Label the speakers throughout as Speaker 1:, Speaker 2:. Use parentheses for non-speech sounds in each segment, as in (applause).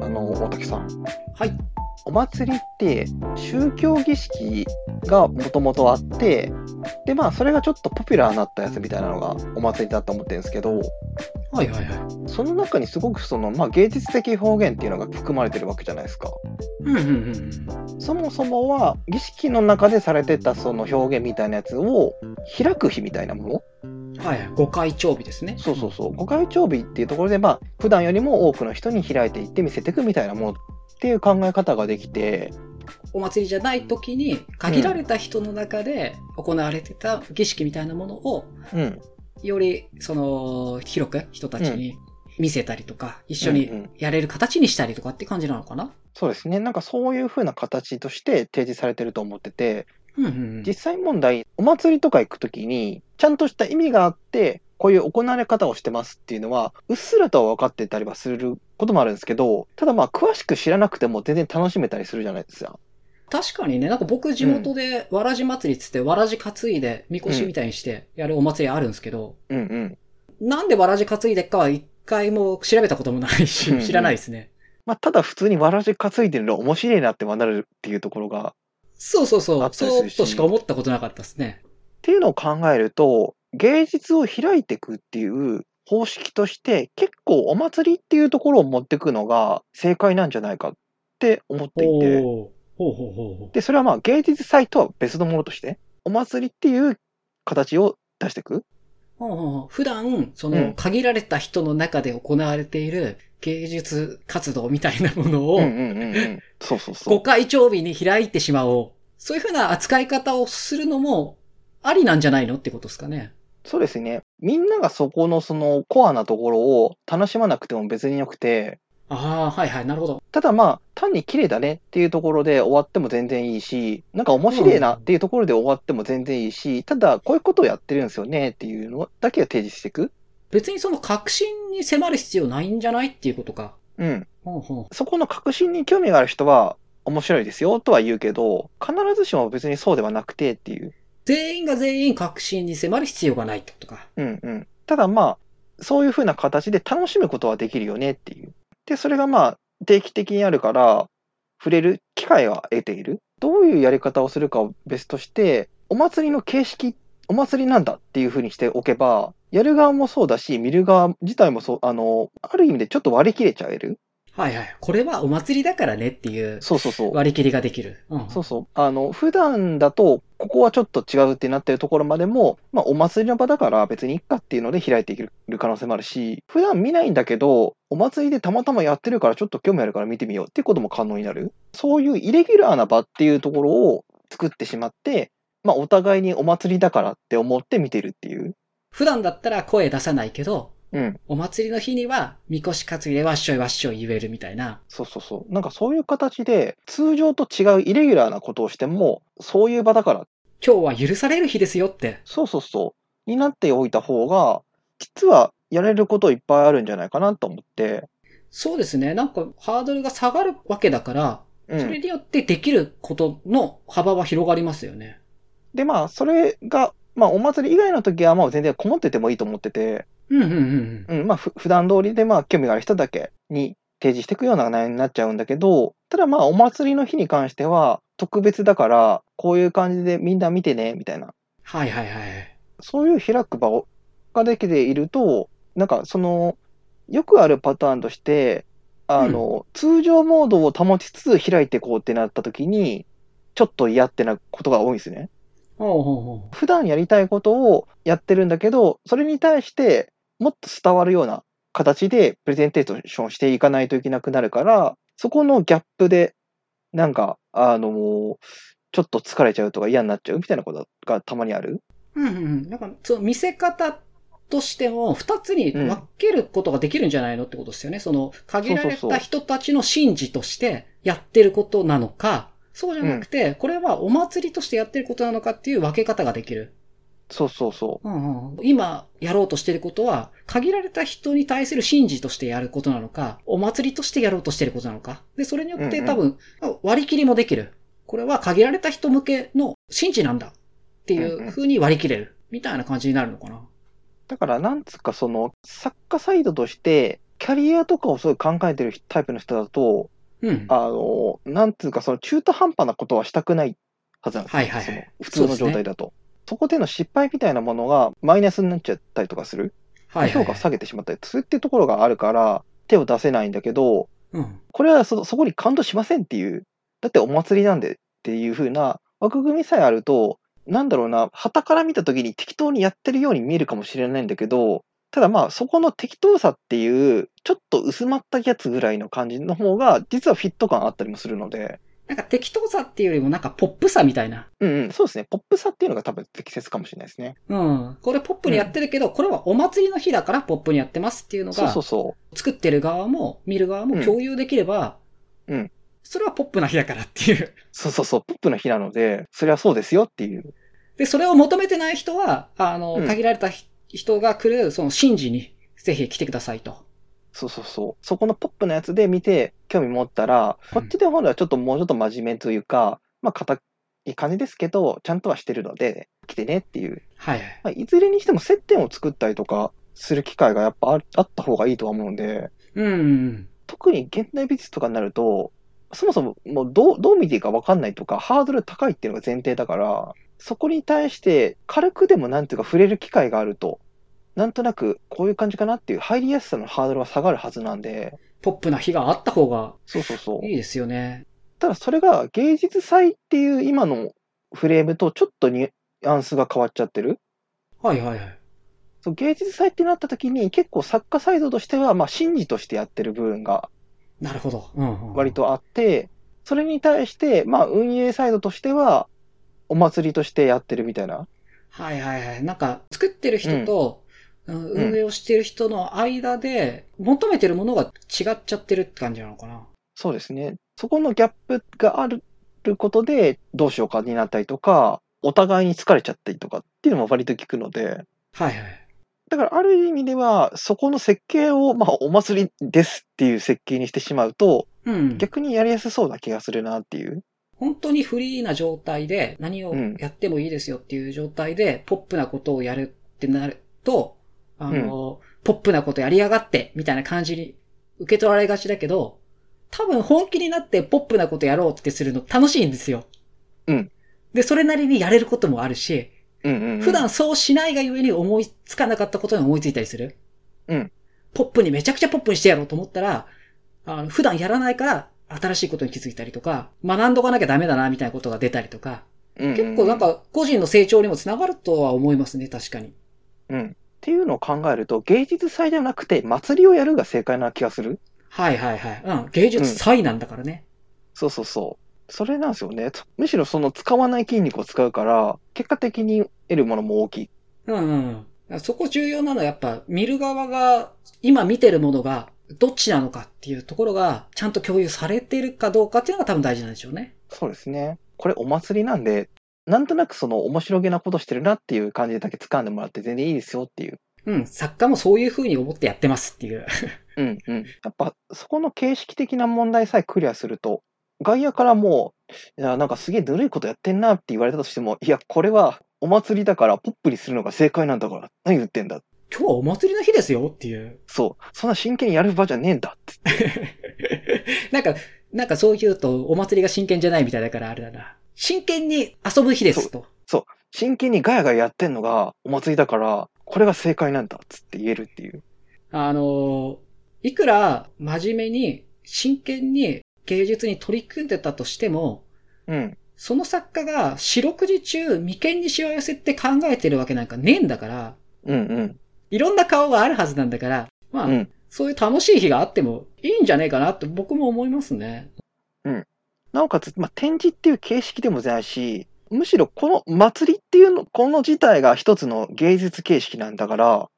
Speaker 1: あの大竹さん
Speaker 2: はい。
Speaker 1: お祭りって宗教儀式がもともとあってでまあそれがちょっとポピュラーになったやつみたいなのがお祭りだと思ってるんですけど
Speaker 2: はいはいはい。
Speaker 1: その中にすごくその、まあ、芸術的表現っていうのが含まれてるわけじゃないですか
Speaker 2: うんうんうんうん。
Speaker 1: そもそもは儀式の中でされてたその表現みたいなやつを開く日みたいなもの
Speaker 2: はいはい。ご開帳日ですね。
Speaker 1: そうそうそう、ご開帳日っていうところで、まあ普段よりも多くの人に開いていって見せていくみたいなものっていう考え方ができて、
Speaker 2: お祭りじゃない時に、限られた人の中で行われてた儀式みたいなものを、
Speaker 1: うん、
Speaker 2: より、その、広く人たちに見せたりとか、一緒
Speaker 1: うんう
Speaker 2: に
Speaker 1: ん
Speaker 2: やれる形にしたりとかって感じなのかな
Speaker 1: そうですね、なんかそういう風な形として提示されてると思ってて、
Speaker 2: うんうん
Speaker 1: 実際問題、お祭りとか行くときに、ちゃんとした意味があって、こういう行われ方をしてますっていうのは、うっすらとは分かってたりはすることもあるんですけど、ただまあ、詳しく知らなくても全然楽しめたりするじゃないですか。
Speaker 2: 確かにね、なんか僕地元で、わらじ祭りっつって、わらじ担いで、みこしみたいにしてやるお祭りあるんですけど、
Speaker 1: うんうん。
Speaker 2: なんでわらじ担いでっかは一回も調べたこともない
Speaker 1: うんうん
Speaker 2: し、知らないですね。
Speaker 1: まあ、ただ普通にわらじ担いでるの面白いなって学べるっていうところが
Speaker 2: そうそう
Speaker 1: あ
Speaker 2: そ
Speaker 1: っ
Speaker 2: う。
Speaker 1: たりす
Speaker 2: そ
Speaker 1: る
Speaker 2: う
Speaker 1: し
Speaker 2: としか思ったことなかったですね。
Speaker 1: っていうのを考えると芸術を開いていくっていう方式として結構お祭りっていうところを持ってくのが正解なんじゃないかって思っていて
Speaker 2: ほうほうほうほう。
Speaker 1: でそれはまあ芸術祭とは別のものとしてお祭りっていう形を出していく
Speaker 2: ほうほうほう普段、そうの
Speaker 1: ん、
Speaker 2: 限られた人の中で行われている芸術活動みたいなもの
Speaker 1: うん
Speaker 2: を、
Speaker 1: うんうんうんそうそうそ
Speaker 2: ご
Speaker 1: う
Speaker 2: 会長日に開いてしまおう。そういうふうな扱い方をするのも、ありなんじゃないのってことですかね。
Speaker 1: そうですねみんながそこのそのコアなところを楽しまなくても別によくて
Speaker 2: ああ、はいはい、なるほど。
Speaker 1: ただまあ単に綺麗だねっていうところで終わっても全然いいしなんか面白いなっていうところで終わっても全然いいし、ただこういうことをやってるんですよねっていうのだけを提示していく、
Speaker 2: 別にその確信に迫る必要ないんじゃないっていうことか。
Speaker 1: うん、
Speaker 2: ほうほ
Speaker 1: そこの確信に興味がある人は面白いですよとは言うけど必ずしも別にそうではなくてっていう、
Speaker 2: う全員が全員確信に迫る必要がないってことか。
Speaker 1: うんうん、ただまあそういうふうな形で楽しむことはできるよねっていうでそれがまあ定期的にあるから触れる機会は得ているどういうやり方をするかを別としてお祭りの形式お祭りなんだっていうふうにしておけばやる側もそうだし見る側自体もそうあのある意味でちょっと割り切れちゃえる
Speaker 2: はいはい。これはお祭りだからねっていう
Speaker 1: そうそうそう
Speaker 2: 割り切りができる。うん
Speaker 1: そうそうあの普段だとここはちょっと違うってなってるところまでも、まあ、お祭りの場だから別にいっかっていうので開いていける可能性もあるし普段見ないんだけどお祭りでたまたまやってるからちょっと興味あるから見てみようっていうことも可能になるそういうイレギュラーな場っていうところを作ってしまって、まあ、お互いにお祭りだからって思って見てるっていう、
Speaker 2: 普段だったら声出さないけど、
Speaker 1: うん、
Speaker 2: お祭りの日には、みこし担いでわっしょいわっしょい言えるみたいな。
Speaker 1: そうそうそうなんかそういう形で通常と違うイレギュラーなことをしてもそういう場だから
Speaker 2: 今日は許される日ですよって。
Speaker 1: そうそうそう。になっておいた方が、実はやれることいっぱいあるんじゃないかなと思って。
Speaker 2: そうですね。なんかハードルが下がるわけだから、
Speaker 1: うん
Speaker 2: それによってできることの幅は広がりますよね。
Speaker 1: で、まあ、それが、まあ、お祭り以外の時は、まあ、全然こもっててもいいと思ってて、
Speaker 2: うんうんうんうん。
Speaker 1: うん、まあ、ふ普段通りで、まあ、興味がある人だけに提示していくような内容になっちゃうんだけど、ただまあ、お祭りの日に関しては、特別だから、こういう感じでみんな見てね、みたいな。
Speaker 2: はいはいはい。
Speaker 1: そういう開く場をができていると、なんかその、よくあるパターンとして、あの、通常モードを保ちつつ開いていこうってなった時に、ちょっと嫌ってなことが多いんですね。
Speaker 2: ほうほうほ
Speaker 1: 普段やりたいことをやってるんだけど、それに対してもっと伝わるような形でプレゼンテーションしていかないといけなくなるから、そこのギャップで、なんか、あの、ちょっと疲れちゃうとか嫌になっちゃうみたいなことがたまにある。
Speaker 2: う。うんうんうん。なんか、その見せ方としても、二つに分けることができるんじゃないのってことですよね。その、限られ
Speaker 1: そうそうそ
Speaker 2: た
Speaker 1: う
Speaker 2: 人たちの神事としてやってることなのか、そうじゃなくて、これはお祭りとしてやってることなのかっていう分け方ができる。
Speaker 1: そうそうそう。
Speaker 2: うんうん、今やろうとしてることは、限られた人に対する神事としてやることなのか、お祭りとしてやろうとしてることなのか。で、それによっ
Speaker 1: うんう
Speaker 2: て
Speaker 1: ん
Speaker 2: 多分、割り切りもできる。これは限られた人向けの神事なんだっていう風に割り切れるみたいな感じになるのかな。
Speaker 1: だから、なんつうか、その、作家サイドとして、キャリアとかをすごい考えてるタイプの人だと、
Speaker 2: うん。
Speaker 1: あの、なんつうか、その中途半端なことはしたくないはずなんですよ
Speaker 2: はいはいは
Speaker 1: そ
Speaker 2: い
Speaker 1: の普通の状態だと。そこでの失敗みたいなものがマイナスになっちゃったりとかする。
Speaker 2: はいはい
Speaker 1: 評
Speaker 2: は
Speaker 1: 価
Speaker 2: い
Speaker 1: を下げてしまったりするっていうところがあるから、手を出せないんだけど、
Speaker 2: うん。
Speaker 1: これはそそこに感動しませんっていう、だってお祭りなんでっていう風な枠組みさえあると、なんだろうな、旗から見た時に適当にやってるように見えるかもしれないんだけど、ただまあそこの適当さっていう、ちょっと薄まったやつぐらいの感じの方が、実はフィット感あったりもするので、
Speaker 2: なんか適当さっていうよりもなんかポップさみたいな。
Speaker 1: うんうん、そうですね、ポップさっていうのが多分適切かもしれないですね。
Speaker 2: うん。これポップにやってるけど、これはお祭りの日だからポップにやってますっていうの
Speaker 1: そう
Speaker 2: が
Speaker 1: そう、そ
Speaker 2: 作ってる側も見る側も共有できれば、
Speaker 1: うんうん
Speaker 2: それはポップな日だからっていう。 (laughs)
Speaker 1: う、そうそうそう、ポップな日なので、それはそうですよっていう。
Speaker 2: で、それを求めてない人は、あの、
Speaker 1: うん
Speaker 2: 限られたひ人が来る、その神事に、ぜひ来てくださいと。
Speaker 1: そうそうそう。そこのポップなやつで見て興味持ったら、
Speaker 2: うん
Speaker 1: こっちで本来はちょっともうちょっと真面目というか、まあ、硬い感じですけど、ちゃんとはしてるので、来てねっていう。
Speaker 2: はいはい。
Speaker 1: まあ、いずれにしても接点を作ったりとかする機会がやっぱあるあった方がいいとは思うんで、
Speaker 2: うん。
Speaker 1: 特に現代美術とかになると、そもそももうどうどう見ていいか分かんないとか、ハードル高いっていうのが前提だから、そこに対して軽くでもなんていうか触れる機会があると、なんとなくこういう感じかなっていう入りやすさのハードルは下がるはずなんで、
Speaker 2: ポップな日があった方が
Speaker 1: そうそうそう。
Speaker 2: いいですよね。
Speaker 1: ただそれが芸術祭っていう今のフレームとちょっとニュアンスが変わっちゃってる。
Speaker 2: はいはいはい。
Speaker 1: そう芸術祭ってなった時に結構作家サイドとしてはまあ真事としてやってる部分が
Speaker 2: なるほど。うんうんうん
Speaker 1: 割。とあって、それに対してまあ運営サイドとしてはお祭りとしてやってるみたいな。
Speaker 2: はいはいはい。なんか、作ってる人と、うん運営をしてる人の間で、求めてるものが違っちゃってるって感じなのかな。
Speaker 1: そうですね。そこのギャップがあることでどうしようかになったりとか、お互いに疲れちゃったりとかっていうのも割と聞くので、
Speaker 2: はいはい。
Speaker 1: だからある意味では、そこの設計を、まあ、お祭りですっていう設計にしてしまうと、
Speaker 2: うん。
Speaker 1: 逆にやりやすそうな気がするなっていう。
Speaker 2: 本当にフリーな状態で、何を
Speaker 1: うん
Speaker 2: やってもいいですよっていう状態で、ポップなことをやるってなると、あの、ポップなことやりやがって、みたいな感じに受け取られがちだけど、多分本気になってポップなことやろうってするの楽しいんですよ。
Speaker 1: うん。
Speaker 2: で、それなりにやれることもあるし、
Speaker 1: うんうんうん
Speaker 2: 普段そうしないがゆえに思いつかなかったことに思いついたりする。
Speaker 1: うん。
Speaker 2: ポップにめちゃくちゃポップにしてやろうと思ったら、あの普段やらないから新しいことに気づいたりとか、学んどかなきゃダメだなみたいなことが出たりとか、
Speaker 1: うんうん
Speaker 2: 結構なん、か個人の成長にもつながるとは思いますね、確かに。
Speaker 1: うん。っていうのを考えると、芸術祭ではなくて、祭りをやるが正解な気がする。
Speaker 2: はいはいはい。うん。芸術祭なんだからね。
Speaker 1: そうそうそう。それなんですよね。むしろその使わない筋肉を使うから、結果的に得るものも大きい。
Speaker 2: うん、うん。そこ重要なのはやっぱ見る側が今見てるものがどっちなのかっていうところがちゃんと共有されているかどうかっていうのが多分大事なんでしょうね。
Speaker 1: そうですね。これお祭りなんで、なんとなくその面白げなことしてるなっていう感じだけ掴んでもらって全然いいですよっていう。
Speaker 2: うん、作家もそういう風に思ってやってますっていう。 (laughs)
Speaker 1: うんうん、やっぱそこの形式的な問題さえクリアすると外野からもういやなんかすげえぬるいことやってんなって言われたとしてもいやこれはお祭りだからポップにするのが正解なんだから何言ってんだ
Speaker 2: 今日はお祭りの日ですよっていう。 (laughs)
Speaker 1: そうそんな真剣にやる場じゃねえんだって
Speaker 2: なんか、なんかそう言うとお祭りが真剣じゃないみたいだからあれだな。真剣に遊ぶ日ですと。
Speaker 1: 真剣にガヤガヤやってんのがお祭りだからこれが正解なんだっつって言えるっていう
Speaker 2: あのー、いくら真面目に真剣に芸術に取り組んでたとしても、
Speaker 1: うん
Speaker 2: その作家が四六時中眉間にしわ寄せって考えてるわけなんかねえんだから、
Speaker 1: うんうん
Speaker 2: いろんな顔があるはずなんだから、まあ、
Speaker 1: うん
Speaker 2: そういう楽しい日があってもいいんじゃねえかなって僕も思いますね。
Speaker 1: なおかつ、まあ、展示っていう形式でもないしむしろこの祭りっていうのこの自体が一つの芸術形式なんだから
Speaker 2: あ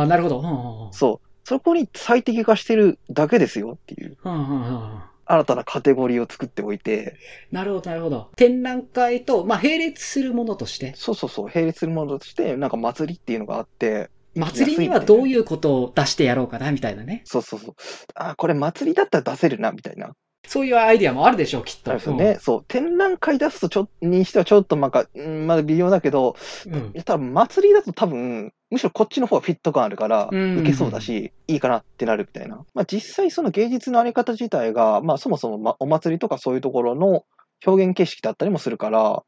Speaker 2: あ、なるほど。うんうんうん
Speaker 1: そう。そこに最適化してるだけですよっていう、
Speaker 2: うんうんうんうん
Speaker 1: 新たなカテゴリーを作っておいて、
Speaker 2: なるほど、なるほど。展覧会と、まあ、並列するものとして、
Speaker 1: そうそうそう、並列するものとして、なんか祭りっていうのがあって、
Speaker 2: 祭りにはどういうことを出してやろうかな、みたいなね。
Speaker 1: そうそうそう、あ、これ祭りだったら出せるな、みたいな。
Speaker 2: そういうアイディアもあるでしょう、きっと。
Speaker 1: そうですよね。そう。展覧会出すとちょ、にしてはちょっとなんか、うん、まだ微妙だけど、
Speaker 2: うん。うん
Speaker 1: い。や多分祭りだと多分、むしろこっちの方がフィット感あるから、
Speaker 2: うん
Speaker 1: 受けそうだし、いいかなってなるみたいな。まあ実際その芸術のあり方自体が、まあそもそもまお祭りとかそういうところの表現形式だったりもするから、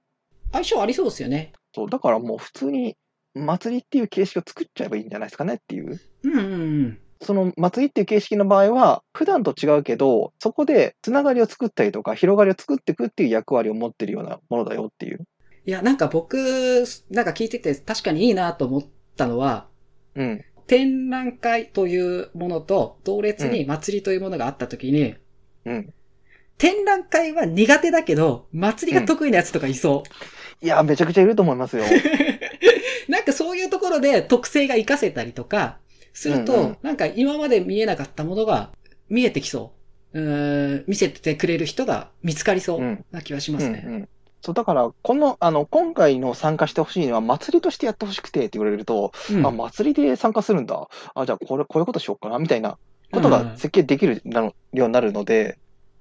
Speaker 2: 相性ありそうですよね。
Speaker 1: そう、だからもう普通に祭りっていう形式を作っちゃえばいいんじゃないですかねっていう。
Speaker 2: うんうんうん。
Speaker 1: その祭りっていう形式の場合は、普段と違うけど、そこでつながりを作ったりとか、広がりを作っていくっていう役割を持ってるようなものだよっていう。
Speaker 2: いや、なんか僕、なんか聞いてて確かにいいなと思ったのは、 (laughs)
Speaker 1: うん。
Speaker 2: 展覧会というものと同列に祭りというものがあった時に、
Speaker 1: うん。
Speaker 2: 展覧会は苦手だけど、祭りが得意なやつとかいそう。
Speaker 1: いや、めちゃくちゃいると思い
Speaker 2: (laughs)
Speaker 1: ますよ。
Speaker 2: なんかそういうところで特性が活かせたりとか、すると、
Speaker 1: うんうん。
Speaker 2: なんか今まで見えなかったものが見えてきそう。うーん、見せてくれる人が見つかりそううんな気はしますね。
Speaker 1: うんうんそうだからこのあの今回の参加してほしいのは祭りとしてやってほしくてって言われると、
Speaker 2: うん
Speaker 1: あ祭りで参加するんだあじゃあこれこういうことしようかなみたいなことが設計できるなの、ようになるので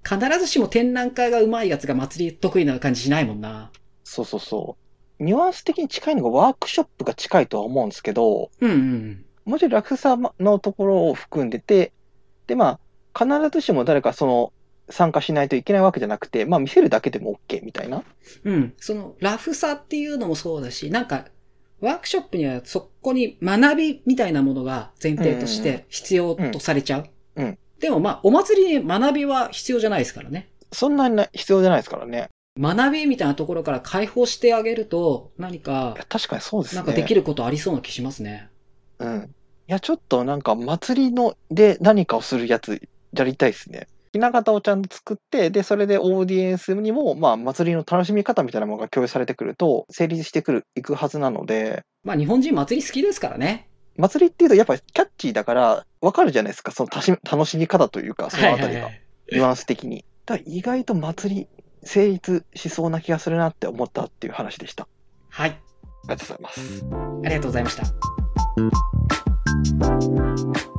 Speaker 2: 必ずしも展覧会が上手いやつが祭り得意な感じしないもんな。
Speaker 1: そうそうそうニュアンス的に近いのがワークショップが近いとは思うんですけど
Speaker 2: うんうん。
Speaker 1: もちろん楽さのところを含んでてでまあ必ずしも誰かその参加しないといけないわけじゃなくて、まあ見せるだけでも OK みたいな。
Speaker 2: うん。その、ラフさっていうのもそうだし、なんか、ワークショップにはそこに学びみたいなものが前提とし
Speaker 1: うんう
Speaker 2: て必要とされちゃう。
Speaker 1: うんうん
Speaker 2: でもまあ、お祭りに学びは必要じゃないですからね。
Speaker 1: そんなにな必要じゃないですからね。
Speaker 2: 学びみたいなところから解放してあげると、何か
Speaker 1: いや、確かにそうですね。
Speaker 2: なんかできることありそうな気しますね。
Speaker 1: うん。いや、ちょっとなんか祭りので何かをするやつやりたいですね。ひな形をちゃんと作って、で、それでオーディエンスにも、まあ、祭りの楽しみ方みたいなものが共有されてくると、成立してくる、いくはずなので、
Speaker 2: まあ、日本人祭り好きですからね。
Speaker 1: 祭りっていうと、やっぱキャッチーだから、わかるじゃないですか、その楽しみ楽しみ方というか、そのあたりが、
Speaker 2: い。
Speaker 1: ニュアンス的に。だから意外と祭り、成立しそうな気がするなって思ったっていう話でした。
Speaker 2: はい。
Speaker 1: ありがとうございます。
Speaker 2: ありがとうございました。